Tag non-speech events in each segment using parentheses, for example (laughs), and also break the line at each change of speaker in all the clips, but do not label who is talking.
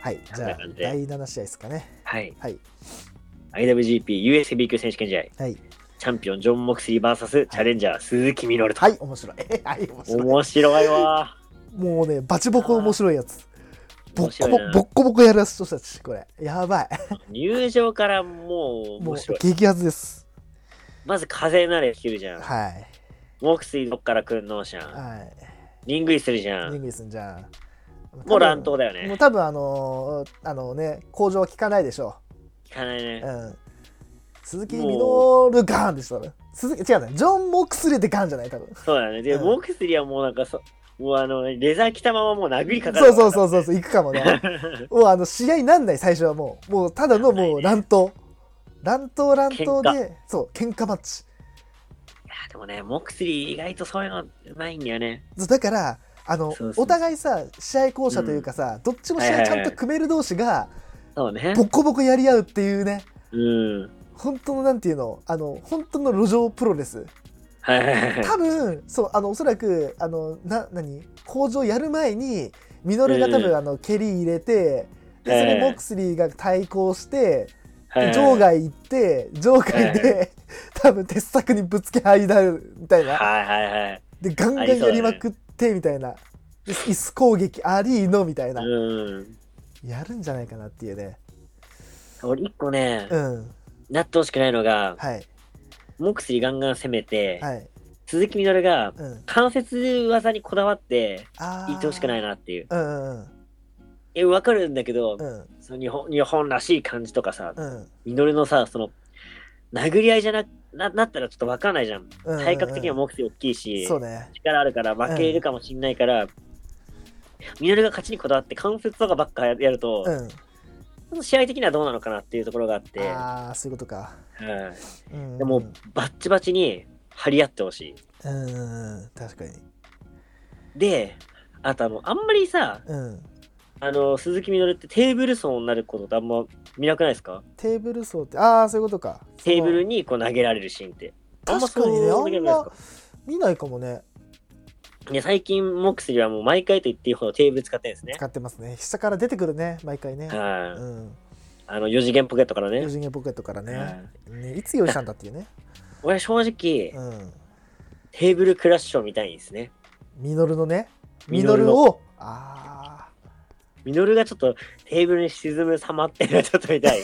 はい、じゃあ
カメラ、で
第7試合ですかね。
はい。
はい。
IWGP US ヘビー級選手権試合、
はい。
チャンピオン、ジョン・モクスリー VS チャレンジャー、鈴木みのると。
はい、面白い。 (laughs) はい、面白い。
面白いわ。
もうね、バチボコ面白いやつ。ボッ
面
コ
白い
ボ
な
ボッコボコやる人たち、これ。やばい。
入場からもう
もう
面白い。
激アツです。
まず風なれ切るじゃん。
はい。
モクスリーどっから来んのじゃん。
はい。
リングイするじゃ
リン
ん。
グリスンじゃん。
もう乱闘だよ
もう
ね。
多分あのーあのね、工場は聞かないでしょ。
聞かないうね
う。ん。鈴木みのるガーンでしたね。鈴木、違うね。ジョン・モックスレーでガーンじゃない多分。
そうだね。で、
うん
モクスリーはもうなんかそ、もうあの、レザー着たままもう殴りかか
そ
る。
うそうそうそうそう、行くかも
(laughs)
ね。もうあの試合になんない、最初はもう。もうただのもう乱闘。乱闘乱闘で、そう、喧嘩マッチ。
いやでもね、モクスリー意外とそういうのうまいんだよね。
そうだからあの
そうそう
お互いさ試合巧者というかさ、どっちも試合ちゃんと組める同士が
そうね。
ボコボコやり合うっていうね
うん。
本当のなんていうのあの本当の路上プロレス
はいはいはい。
多分そうあのおそらくあのな何工場やる前にミノルが多
う
分あの蹴り入れてでそれに
ええ
モクスリーが対抗して
はいはい
場外行って場外で (laughs) 多分鉄柵にぶつけ合いだみたいな
はいはいはい。
でガンガ
あ
ン
りそうだ
や
ね
りまくってみたいな、で椅子攻撃ありーのみたいな、
うん。
やるんじゃないかなっていうね
俺一個ね
う、ん
なってほしくないのが、
はい
モクスリーガンガン攻めて、
はい
鈴木みのるが
うん
関節技にこだわって、
あ
いってほしくないいなっていう。
うんうん
え、わかるんだけ
う、
ど
ん
その日本日本らしい感じとかさ、
うん
ミノルのさ、その、殴り合いじゃなななったらちょっとわかんないじゃん。
うん
体格的には
も
モクスリー大きいし、
そうね
力あるから負けるかもしんないから、ミノルが勝ちにこだわって関節とかばっかやると、
うん
ちょっと試合的にはどうなのかなっていうところがあって、
ああそういうことか
うん
うん
でもバッチバチに張り合ってほしい。
うんうんうん確かに
で、あとあの、あんまりさ、
うん
あの、鈴木みのるってテーブル層になることってあんま見なくないですか
テーブル層ってああそういうことか
テーブルにこう投げられるシーンって。あんま
確かにね
そう
あ
投げられ
ん
ないです
ま
か
見ないかもね
ね、最近、モクスリーはもう毎回と言っていいほどテーブル使ってるんですね。
使ってますね下から出てくるね毎回ね
はい、
うん
あの、4次元ポケットからね
4。次元ポケットからね
はい
ねいつ用意したんだっていう
(laughs)
ね
俺、正直、
うん
テーブルクラッシュを見たいんですね。
ミノルのねミ
ミ
ノ
ノルの
ルをあ
ミノルがちょっとテーブルに沈む様っていうのはちょっと見たい。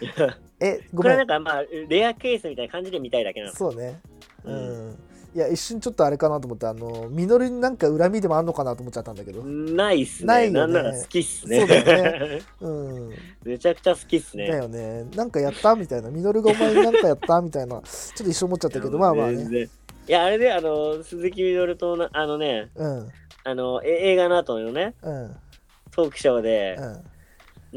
ーえ (laughs) ご
これ
め
はなんんか、まあ、レアケースみたいな感じで見たいだけなの。
そうねう
うん
んいや一瞬ちょっとあれかなと思ってあのミノルになんか恨みでもあんのかなと思っちゃったんだけど
ないっすね。
なよ
ない
ね
んなら好きっすね。
そうだ
(laughs)
うん
めちゃくちゃ好きっす
だ
ね。
よねなんかやったみたいなミノルがお前になんかやったみたいなちょっと一瞬思っちゃったけどまあまあ
全
ね
然いや、あれで、あの、鈴木みのるとな、あのね、
うん
あの、え映画の後のね、
うん
トークショーで、
う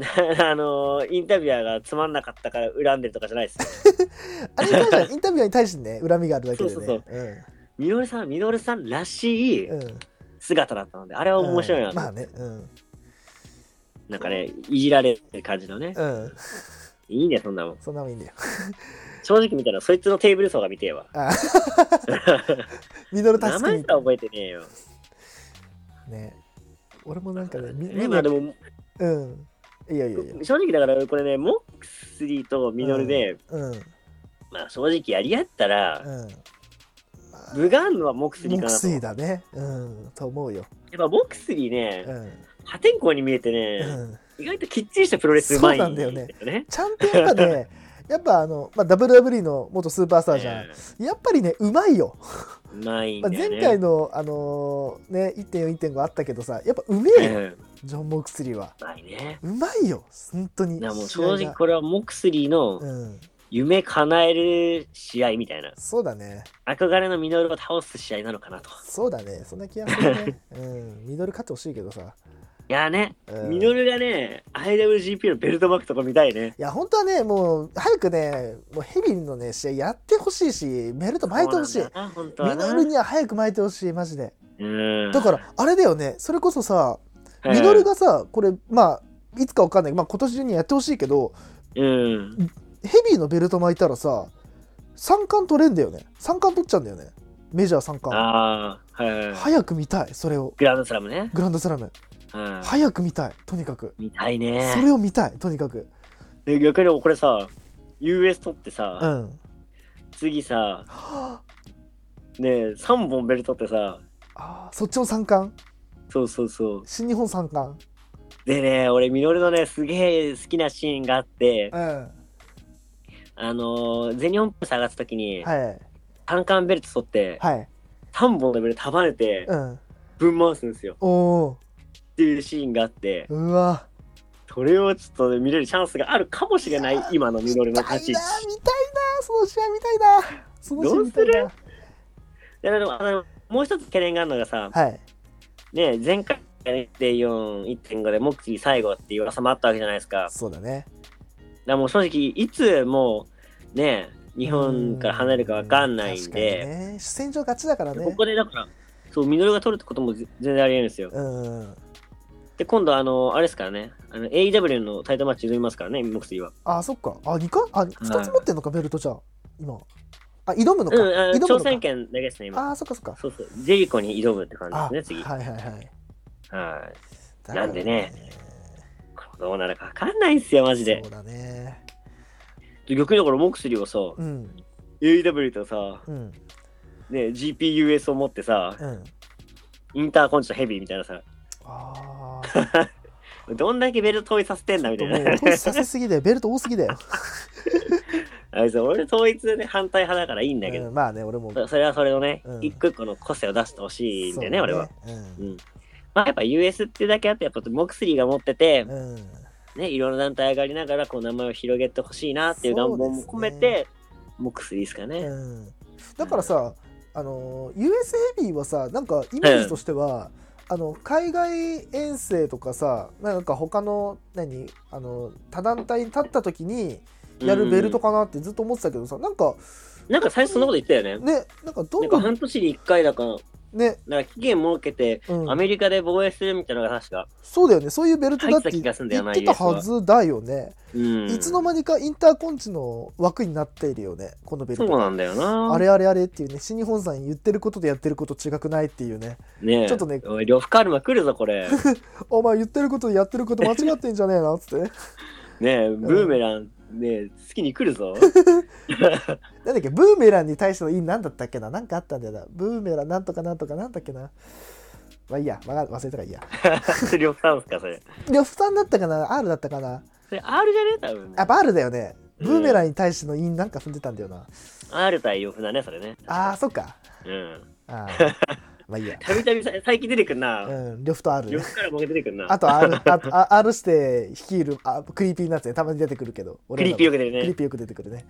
ん
な (laughs) あのインタビュアーがつまんなかったから恨んでるとかじゃないですよ。
あれに関してはインタビュアーに対してね恨みがあるだけで
そう
ね
そうミノルさん、ミノルさんらしい
うんうん
姿だったので、あれは面白いな
う
と、
んまあねうん
なんかね、いじられる感じのね。
うん
いいね、そんなもん。
そんなもんいいんだよ
正直見たら、そいつのテーブル層が見てえわ。
あミノル
名
助け
前
に
すら覚えてねえよ。
ね俺もなんかねみ
ね
みん
ま
な
あでも、
うんいやいやいや
正直だから、これね、モックスリーとミノルで、
うん
まあ正直やり合ったら、
うん
ブガンのはモックスリー
モ
か
ク
なと。
ス
や
イ
っ
だねうんと思うよ
ぱモックスリーね、
うん
破天荒に見えてね、
うん
意外ときっちりしたプロレスうまい
そうなんだよ
ね。
ちゃんとやっぱ
(laughs)
ねやっぱあのまあ WWE の元スーパースターじゃん
え
やっぱりねうまいよ
えうまいん
まあ
だよね。
前回のあのね1.41.5あったけどさやっぱうめえよ
うんう
ジョン・モクスリーは
まいね。
うまいよ本当に
だからもう
試合が
正直これはモクスリーの
うん
夢叶える試合みたいな。
そうだね
憧れのミノルを倒す試合なのかなと。
そうだねそんな気がするねうんミドル勝ってほしいけどさ
いやーね、
うん
ミノルがね、IWGP のベルトバックとか見たいね。
いや本当はねもう早くねもうヘビーのね試合やってほしいしベルト巻いてほしい
そうなんだな本当は
ミ
な
ノルには早く巻いてほしいマジで
うん
だからあれだよねそれこそさ
うん
ミノルがさこれまあいつかわかんないまあ今年中にやってほしいけど
うん。
ヘビーのベルト巻いたらさ三冠取れんだよね三冠取っちゃうんだよねメジャー三冠
ああ、はいはいはい。
早く見たいそれを
グランドスラムね。
グランドスラム
はい、
早く見たいとにかく
見たい
そ
ね
れを見たいとにかく
で逆にこれさ US 取ってさ、
うん
次さ
あ
ね3本ベルトってさ
あーそっちも三冠
そうそうそう
新日本三冠
でね俺ミノルのねすげえ好きなシーンがあって
うんは
あのー、全日本プロ探す時に、
い
三冠ベルト取って、
はい
3本のベルト束ねて
うん
ぶん回すんですよ
おお
っていうシーンがあって
ーうわ
それをちょっとね、見れるチャンスがあるかもしれない今のミノルの
見たいな
立
見
ち
た
位
いな
置
その試合見たいなその試合見たい
どう
な
であのあのもう一つ懸念があるのがさ、
はい
ね前回1.4、1.5でモックリー最後っていう噂もあったわけじゃないですか。だか
そうだね
らもう正直、いつもうね、日本から離れるかわかんないん
う確
で、
かにね、主戦場勝ちだからね
ここでだから、そう、ミノルが取るってことも全然ありえるんですよ。
うん
で、今度、あの、あれですからね、あの AEW のタイトルマッチ挑みますからね、モックリーは。
あそっかあ二回あ二つ持ってんのかベルトじゃあ今あ挑むの
う
か、
ん、あ
挑む
の
のか
挑戦権だけですね、今。
あそっかそっか
そうそう、ジェリコに挑むって感
あ
じですね、
はいはいはい
次。はい。
だから
なんでねどうなるかわかんないんすよ、マジで
そ。うだね
逆にだから、モックスリーはさ、
うん、
AEW とさ、
うん、
ね、GPUS を持ってさ、
うん。
インターコンチとヘビーみたいなさ、
ああ、
どんだけベルト統一させてんだみたい
もう
な。
統一させすぎだよ。ベルト多すぎだよ。
あいつ俺統一で、ね、反対派だからいいんだけど、
うんまあね、俺も。
そそれはそれのね、
うん
一個一個の個性を出してほしいんだよね、
そう
俺は。。
うん
うんまあ、やっぱ US ってだけあって、やっぱモクスリーが持ってて、
うん。
ね、いろんな団体上がりながら、こう名前を広げてほしいなっていう願望も込めて、モクスリーですかね。
うん。だからさ、あの、US ヘビーはさ、なんかイメージとしては、あの海外遠征とかさなんか他の何あの他団体に立った時にやるベルトかなってずっと思ってたけどさ、なんか
うんなんか最初そんなこと言ったよね。
ねなんかど
なんんか
どん
半年に一回だから、
ね、
なんか期限設けて、
うん
アメリカで防衛するみたいなのが確か。
そうだよねそういうベルトだって
入ってた気
言
がすんだよな
ってた
US は
はずだよね、
うん、
いつの間にかインターコンチの枠になっているよねこのベル
そう
ト
なんだよな。
あれあれあれっていうね新日本さん言ってることとやってること違くないっていうね
ねえ
ちょっとね
おい、呂布カルマ来るぞ、
(laughs)
これ。
お前言ってることとやってること間違ってんじゃねえなっつって (laughs)
ねえ、ブーメラン、ねえ、好きに来るぞ。
なんだっけブーメランに対してのいいなんだったっけななんかあったんだよなブーメランなんとかなんとかなんだっけなまあいいや、わか忘れたからいいや
呂布さんですか、それ。
呂布さんだったかな R だったかな
それ R じゃねえ多分ね。
やっぱ R だよね
うん
ブーメランに対してのンなんか踏んでたんだよな、
R 対呂布だね、それね。
あーそっか
うん。
あ
(laughs)
ーまあいいや
たびたびさ最近出てくんな。
うん呂布と R ね
呂布からも出てくん
あ
な。
と R, あとあ R して率いるあクリーピーナッツねたまに出てくるけど
クリーピーよ
く
く
クリ
出る
ー
ね。
ピーよく出てくるね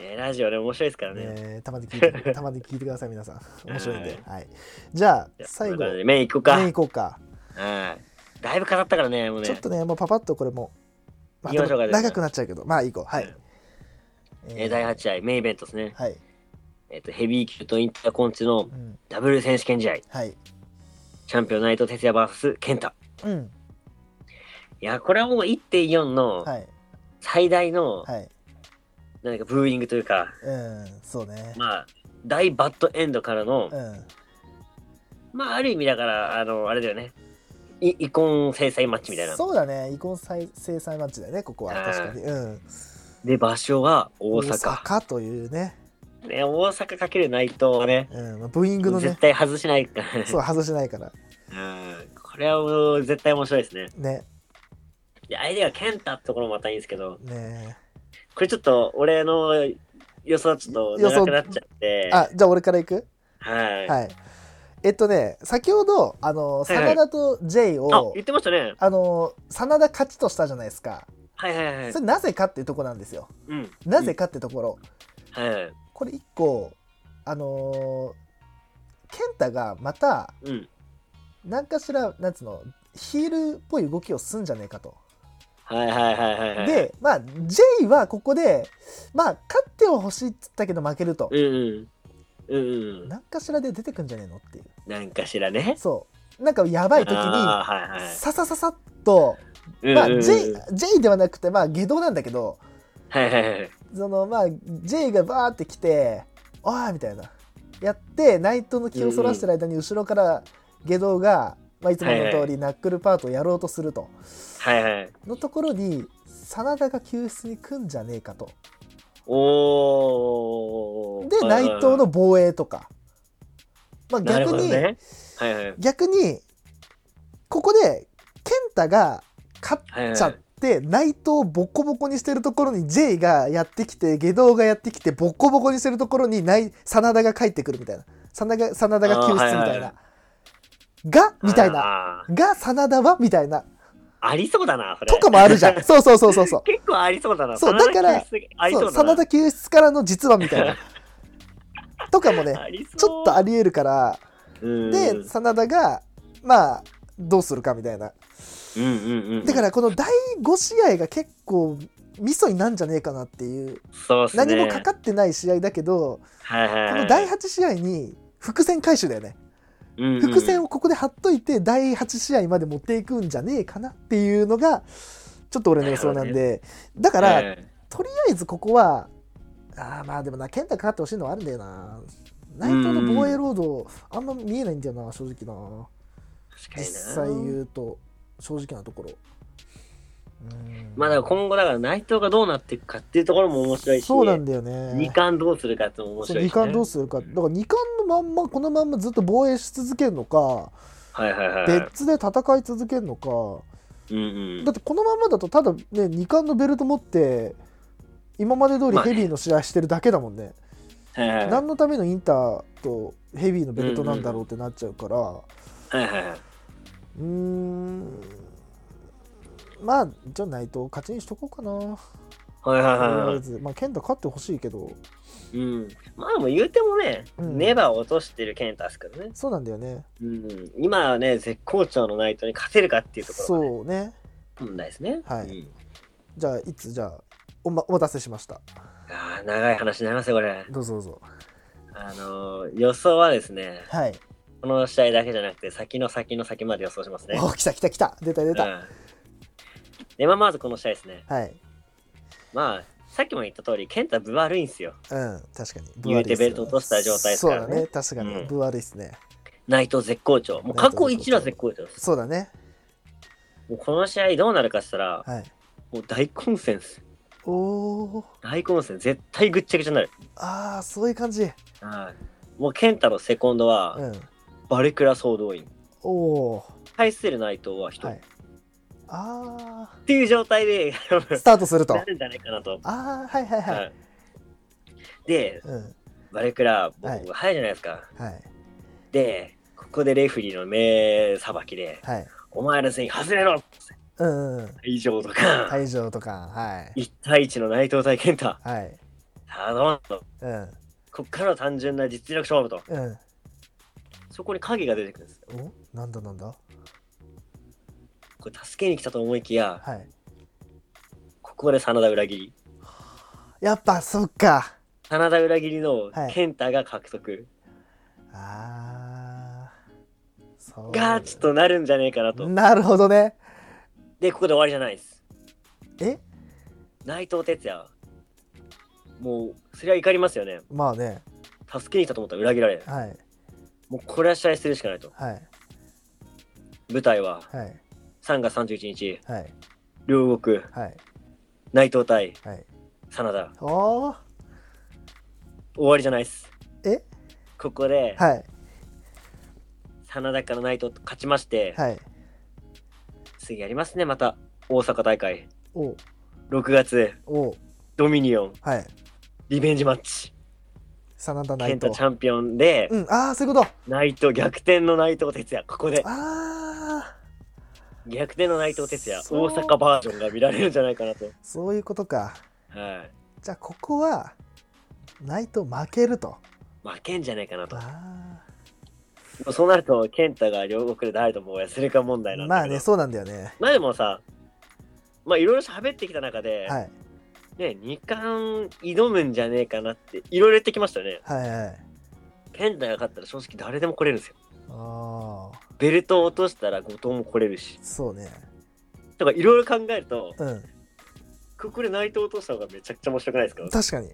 ねラジオで面白いですからね。
ねたまに聞い
(laughs)
てたまに聞いてください皆さん面白いんで、はい、じゃあ
じゃあ
最後
こんな感じ
ね
でメイン行こうか。
いこうか、
はい。だいぶ語ったからね、もう
ちょっ
ね。
とねもうパパッとこれもまあ
行きましょうか
でも長くなっちゃうけどまあいこうは
うん
い、
えー第8試合、メインイベントですね。
はい、
えっと、ヘビー級とインターコンチ
う
の
ん、
ダブル選手権試合。
はい
チャンピオン内藤哲也 VS 健太。
うん
いや、これはもう1.4の
はい
最大の、
はい
なんかブーイングというか、
うんそうね
まあ、大バッドエンドからの、
うん
まあ、ある意味だから、あの、あれだよね。い遺恨制裁マッチみたいな。
そうだね遺恨再制裁マッチだよねここは確かにうん
で、場所は大阪。
というね、
ね、大阪かける内藤はね、
うんまあ、ブーイングのね
絶対外しないからね。
そう外しないから
うんこれはもう絶対面白いですね。
ね
で、相手が健太ってところもまたいいんですけど、
ね
これちょっと俺の予想はちょっと長くなっちゃって、
あじゃあ俺からいく
はい。
はいえっとね先ほどあの
はいは
真
い
田と J を、
あ、言ってましたね。
あの真田勝ちとしたじゃないですか
はいはいはい
そ。れなぜかっていうとこなんですよ
うん
なぜかってところ、
はいはい。
これ一個あのー、健太がまた
うん。
何かしらなんつうのヒールっぽい動きをすんじゃねえかと
はいはいはいはいはい。、
でまあ J はここでまあ勝っては欲しいっつったけど負けると
うんうん。うんうん。
何かしらで出てくんじゃねえのっていう
なんかしらね。
そうなんかやばい時に
あーはいはい。
ささささっとま
ま
あ J, J ではなくてまあ下道なんだけど
はいはいはい。
そのまあ J がバーって来て「おい!」みたいなやって内藤の気をそらしてる間に後ろから下道がまあ、いつもの通りナックルパートをやろうとすると、
はいはい。
のところに真田が救出に来んじゃねえかと
おー。
で
は
内
いはいはい
藤の防衛とか、まあ、
なる
逆
ほど
に、
ね。はいはい。
逆にここで健太が勝っちゃって内藤をボコボコにしてるところに J がやってきて下道がやってきてボコボコにしてるところに内真田が帰ってくるみたいな真田が真田が救出みたいな、
あーはいはいは
がみたいな
な。
が真田はみたいな
ありそうだな、それ。
とかもあるじゃ
(laughs)
んそうそうそうそうそう
結構ありそうだな。
そうだから
真田君あり
そ
そううだな。
真田救出からの実話みたいなとかもね
ありそう
ちょっとありえるから
うん
で
うん
真田がまあどうするかみたいな
うんうん。
だからこの第5試合が結構ミソになんじゃねえかなっていう
そうっすね。
何もかかってない試合だけど
はいはいはい。
この第8試合に伏線回収だよね
うんうん
伏線をここで貼っといて第8試合まで持っていくんじゃねえかなっていうのがちょっと俺の予想なんでだか
は
ら
い
と
はい
りあえずここはあーまあでもな健太かかってほしいのはあるんだよな内藤の防衛ロードあんま見えないんだよな正直な
確か
実
にな
際言うと正直なところうん
まあだから今後だから内藤がどうなっていくかっていうところも面白いし、
そうなんだよね。
二冠どうするかってのも面
そ
白
う
い
二
し、ね。
冠どうするか。だから二冠のまんま、このまんまずっと防衛し続けるのか、
はいはいはい。
別で戦い続けるのか。
うんうん
だってこのまんまだと、ただね、二冠のベルト持って、今まで通りヘビーの試合してるだけだもんね。
はいはいはい
何のためのインターとヘビーのベルトなんだろうってなっちゃうから、
はいはいはい。
うーん。まあ、じゃあ内藤勝ちにしとこうかな。
はいはい
とり
はい
あ
は
え
い。
ず。まあ、健太勝ってほしいけど、
うん。まあでも言うてもね、
うん
ネバーを落としてるケンタですからね。
そうなんだよね。
うん。今はね、絶好調のナイトに勝てるかっていうところが、ね、
そうね。
問題ですね。
はい
うん
じゃあ、いつじゃあお,、ま、お待たせしました。
あー長い話になりますよ、これ。
どうぞどうぞ。
あのー予想はですね、
はい。
この試合だけじゃなくて、先の先の先まで予想しますね。
お来た来た来た。出た出た。
うんで、まあ、まずこの試合ですね。
はい。
まあ、さっきも言った通り、ケンタ分悪いんですよ。
うん、確かに。
言うてベルト落とした状態ですからね
そうだね。確かに。
うん
分悪いですね。
内藤絶好調。もう過去一の絶好調です。
そうだね。
もうこの試合どうなるかしたら、
はい。
もう大混戦です。
おお。
大混戦。絶対ぐっちゃぐちゃになる。
ああ、そういう感じ。
はい。もうケンタのセコンドは、
うん。
バレクラ総動員。
おお
対する内藤は一
ー。
人、
はい。あ
っていう状
(laughs)
態で、
あ。スタートす
(laughs)
ると。
な
あ
るんじゃないかなと。
あー、はいはいは。
はいい。で、
うん。
バレクラ、僕、
はい
早いじゃないですか。
はい。
で、ここでレフェリーの名さばきで、
はい。
お前ら全員外れろ
うんうん。
以上とか、
退場とか。はい。
一対一の内藤対健太、
はい。
頼むと。
うん。
こっからの単純な実力勝負と。
うん。
そこに影が出てくるんですよ。
おなんだなんだ
これ助けに来たと思いきや、
はい。
ここで真田裏切り。
やっぱ、そっか。
真田裏切りの
はい
健太が獲得
ああ。そう
がちょっとなるんじゃねえかなと。
なるほどね。
で、ここで終わりじゃないです。
え
内藤哲也、もう、それは怒りますよね。
まあね。
助けに来たと思ったら裏切られる。
はい。
もうこれは試合するしかないと。
はい。
舞台は
はい。
3月31日、
はい。
両国、
はい。
内藤対
はい。
真田。
おー
終わりじゃないです。
え
ここで、
はい。
真田から内藤と勝ちまして、
はい。
次やりますね、また。大阪大会。
お
6月、
お
ドミニオン、
はい。
リベンジマッチ。
真田
ケ
内
ンタチ
藤。
ャンピオンで、
うん。ああ、そういうこと。
内藤、逆転の内藤哲也。ここで、
ああ、
逆転の内藤哲也、
そう
大阪バージョンが見られるんじゃないかなと。
そういうことか。
はい。
じゃあ、ここは、内藤負けると。
負けんじゃないかなと。
あ
そうなると、ケンタが両国で誰とも応援するか問題な
あ。
んだ
ま
け
あ
ど。
ね、そうなんだよね。
まあでもさ、まあいろいろ喋ってきた中で、
はい。
ね、二冠挑むんじゃねえかなって、いろいろ言ってきましたよね。
はいはい。
ケンタが勝ったら正直誰でも来れるんですよ。
ああ、
ベルトを落としたら後藤も来れるし。
そうね。
とかいろいろ考えると、
うん。
ここで内藤落とした方がめちゃくちゃ面白くないですか
確かに。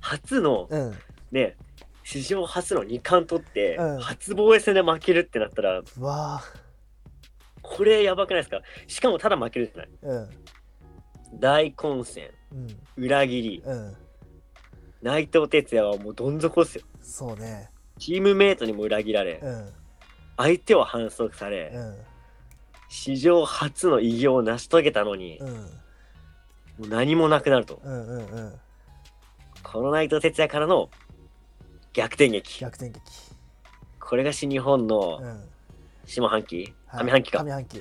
初の
うん。
ね、史上初の2冠取って、
うん
初防衛戦で負けるってなったら
うわ
これやばくないですかしかもただ負けるじゃない
ーうん
大混戦
うん
裏切り
うん
内藤哲也はもうどん底っすよ
そうね
チームメイトにも裏切られ
うん
相手は反則され、
うん
史上初の偉業を成し遂げたのに、
うん
もう何もなくなると
うんうんうん
この内藤哲也からの逆転劇
逆転劇
これが新日本
う
の
ん
下半期、
はい
上半期か
上半期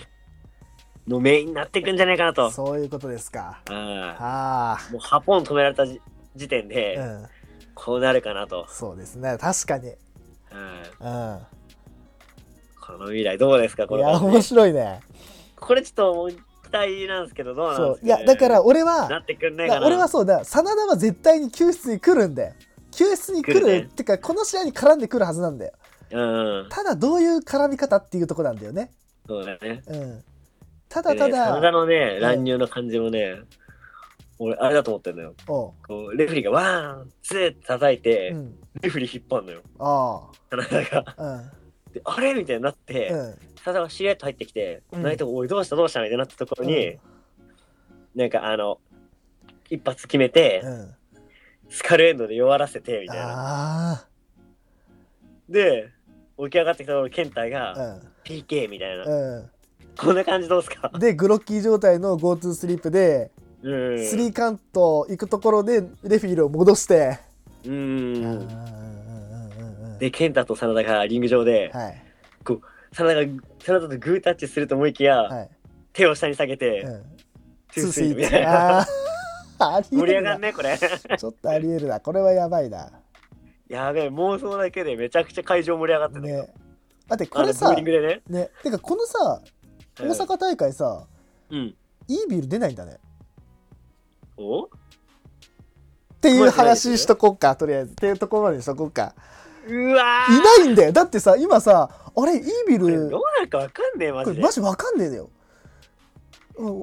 のメインになっていくんじゃないかなと
そういうことですか
あ
あ
あもうハポン止められたじ時点
あ
で、
うん
こうなるかなと、
そうですね確かに
うん
うん
この未来どうですか
い
これ
や面白いね
これちょっともう期待なんですけどどうなん
そ
で
う
すか、ね、
いやだから俺は
なってくんないいか
や
な
俺はそうだ真田は絶対に救出に来るんだよ救出に来る
来るね
ってかこの試合に絡んでくるはずなんだよ
うん
ただどういう絡み方っていうとこなんだよね
そうだね
うんただた
でね真田
だ、
のね
ん
乱入の感じもね、俺あれだと思ってんだよ
おう
こうレフェリーがワンツーって叩いて、
うん
レフェリー引っ張んのよ
あ
真田が
あうん
であれみたいになって、
うん
真田がしれっと入ってきて「
うん
ナイトがおいどうしたどうした?」みたいになったところに、なんかあの一発決めて、
うんうん
スカルエンドで弱らせてみたいな
あ
で起き上がってきたところ健太が、
あ
PK みたいな、
うんう
こんな感じどうす (laughs) か
んでグロッキー状態の GoTo スリープで
うん
スリーカウント行くところでレフィールを戻して
う
うんうんうん
ん
うんうんうん
で健太と真田がリング上で
はい
真田が真田とグータッチすると思いきや、
はい
手を下に下げて、
うん
トゥースイートみたいな
あーあり
(laughs)
えるな
盛り上がんねこれ
ちょっとありえるな。これはやばいな。
やべえ妄想だけでめちゃくちゃ会場盛り上がってんだけど、
ね。だってこ
あの
れ
ブ
さ
ーイン、グでね、
ね、てかこのさ、大阪大会さ、
うん
いいビール出ないんだね。
おう
っていう話しとこうか、とりあえず。っていうところまでにしとこうか。
わー
いないんだよ。だってさ、今さ、あれ、いいビ
これ
ール、
どう
こ
なるかわかんねえマジ
れ
で
マジわかんねえだよ。う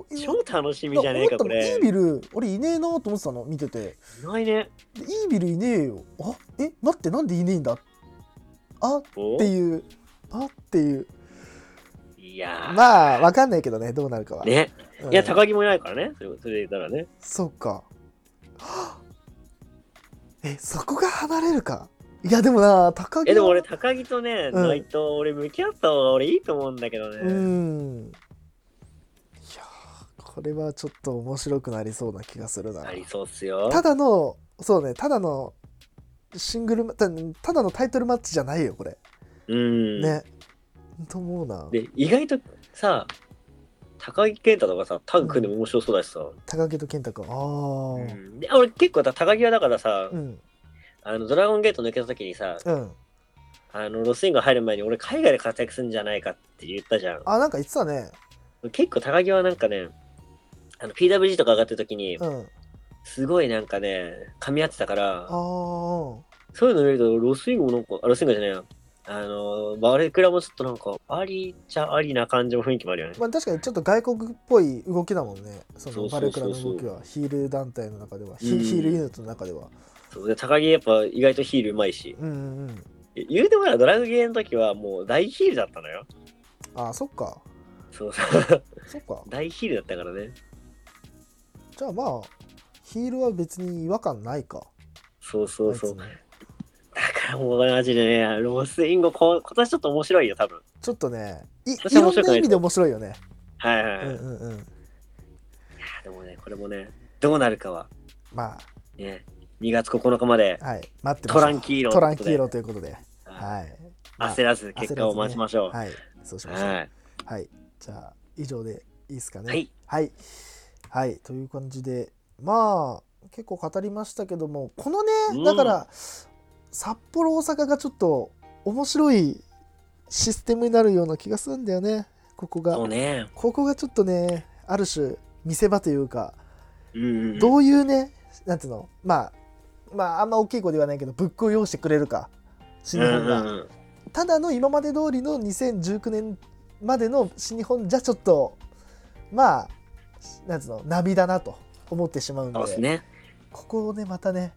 ん
超楽しみじゃねえかこ
思ったのい
れ
いビール、俺いねえなと思ってたの、見てて。
いないね
でいいビールいねえよ。あえ、待って、なんでいねえんだあっ
お
ていう。あっていう。
いやー
まあ、わかんないけどね、どうなるかは。
ね
うん
いや高木もいないからねそれそれで言ったらね
そうか。はあえ、そこが離れるか。いや、でもな、高木は
えでも俺高木とね、
うん
内藤俺向き合った方が俺いいと思うんだけどね、
うん。いやー、これはちょっと面白くなりそうな気がするな
あ。りそうっすよ
ただの、そうね、ただの、シングルマた、ただのタイトルマッチじゃないよ、これ。
うん、
ね。と思うな。
で意外とさ高木健太とかさタッグ組んでも面白そうだしさ、
高木と健太君。あ
う
あ。
んで俺結構だ高木はだからさ、
うん。
あのドラゴンゲート抜けた時にさ
うん。
あのロスインゴ入る前に俺海外で活躍するんじゃないかって言ったじゃん
あ、なんか言ってたね。
結構高木はなんかねあの PWG とか上がってる時に
うん。あ
すごいなんかね噛み合ってたから
あー。
そういうの見ると、ロスインゴもなんか、あロスインゴじゃないよ。あの、バレクラもちょっとなんか、ありちゃありな感じも雰囲気もあるよね。
まあ、確かにちょっと外国っぽい動きだもんね、そ
そ
の
うそ
バ
うそ
ル
う
ク
そ
ラ
う
の動きは、ヒール団体の中では、ヒ
うん
ヒールユニットの中では。
そうで、高木やっぱ意外とヒールうまいし。
うんうんうん。
言うてもらドラグゲーの時はもう大ヒールだったのよ。
ああ、そっか、
そう (laughs) そう。
そっか。
大ヒールだったからね。
じゃあまあ、ヒールは別に違和感ないか。
そうそうそう。
あいつね
だからもうマジでね、ロスインゴ、こ今年ちょっと面白いよ、多分。
ちょっとね、いい
私は
ろ
面
ん
白くないと
な意味で面白いよね。
はいは
う
い
ん
はい。
うんうん。
でもね、これもね、どうなるかは、
ま
ね、2月9日まで
あ、はい、待ってましょ
ト
う
ランキーロ
トランキーロということで、
はい
はい。
焦らず結果を
焦らずね
待ちましょう。
はい、そうしましょう。
は
はい、じゃあ、以上でいいですか
い。
ね。
はい。
はい。はい。という感じで、まあ、結構語りましたけども、この
う
ね、
ん
だから、札幌、大阪がちょっと面白いシステムになるような気がするんだよね、ここが
そう。ね。
ここがちょっとね、ある種、見せ場というか、
うんうんうん。
どういうね、なんつうの、まあ、まあ、あんま大きい声ではないけど、ブックを用意してくれるか、新日本が。
うんうんうん
ただの今まで通りの2019年までの新日本じゃちょっとまあなんつうの涙だなと思ってしまうんで
そうですね。
ここをねまたね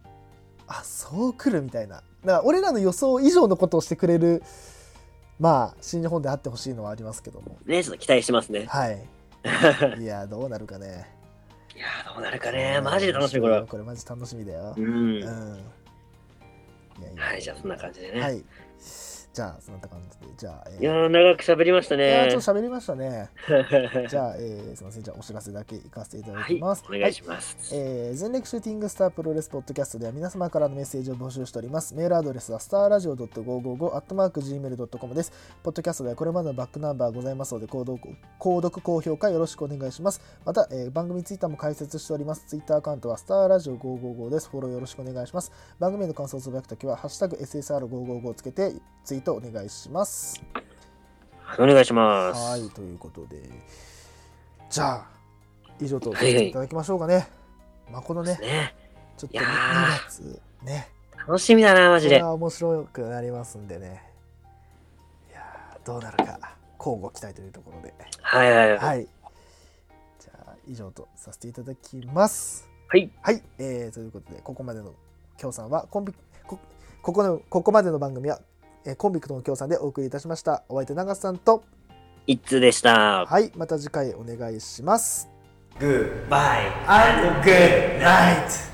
あそう来るみたいなだから俺らの予想以上のことをしてくれるまあ新日本であってほしいのはありますけども
ね、ちょっと期待してますね。 (laughs)
はい
いや
いやどうなるかね
ー、どうなるかね。マジで楽しみ、これは。
これマジ楽しみだよ
う
うん、
ん。
いやいや
はい、じゃあそんな感じでね。、
はいいじゃあそんな感じでじゃあ、えー
やー、長く喋りました
いやー
ね
ちょ。っと喋りましたね。
(laughs)
じゃあ、えーすみません。じゃあ、お知らせだけいかせていただ
は
き
い、お
ます。
願いします。
えー全力シューティングスタープロレスポッドキャストでは皆様からのメッセージを募集しております。メールアドレスはスターラジオ .555-gmail.com です。ポッドキャストではこれまでのバックナンバーございますので、購読、購読、高評価よろしくお願いします。また、えー番組ツイッターも開設しております。ツイッターアカウントはスターラジオ555です。フォローよろしくお願いします。番組への感想をつぶやくときは、ハッシュタグ SSR555 をつけてツイートお願いします。
お願いしま
はい、
す。
ということで、じゃあ、以上とさせていただきましょうかね。まあ、このね、
ね、
ちょっ
い
と
や
2
ー
月ね、
楽しみだな、マ
こ
ジ
れ
で。
は面白くなりますんでね、いやーどうなるか、交互期待というところで、
はいはいはい。
はい。じゃあ、以上とさせていただきます。
はい、
はい、えーということで、ここまでの協賛は、コンビ、こここのここまでの番組は、えーコンビクトの協賛でお送りいたしました。お相手、長瀬さんと、
一通でした。
はい、また次回お願いします。
バイ。
and good night.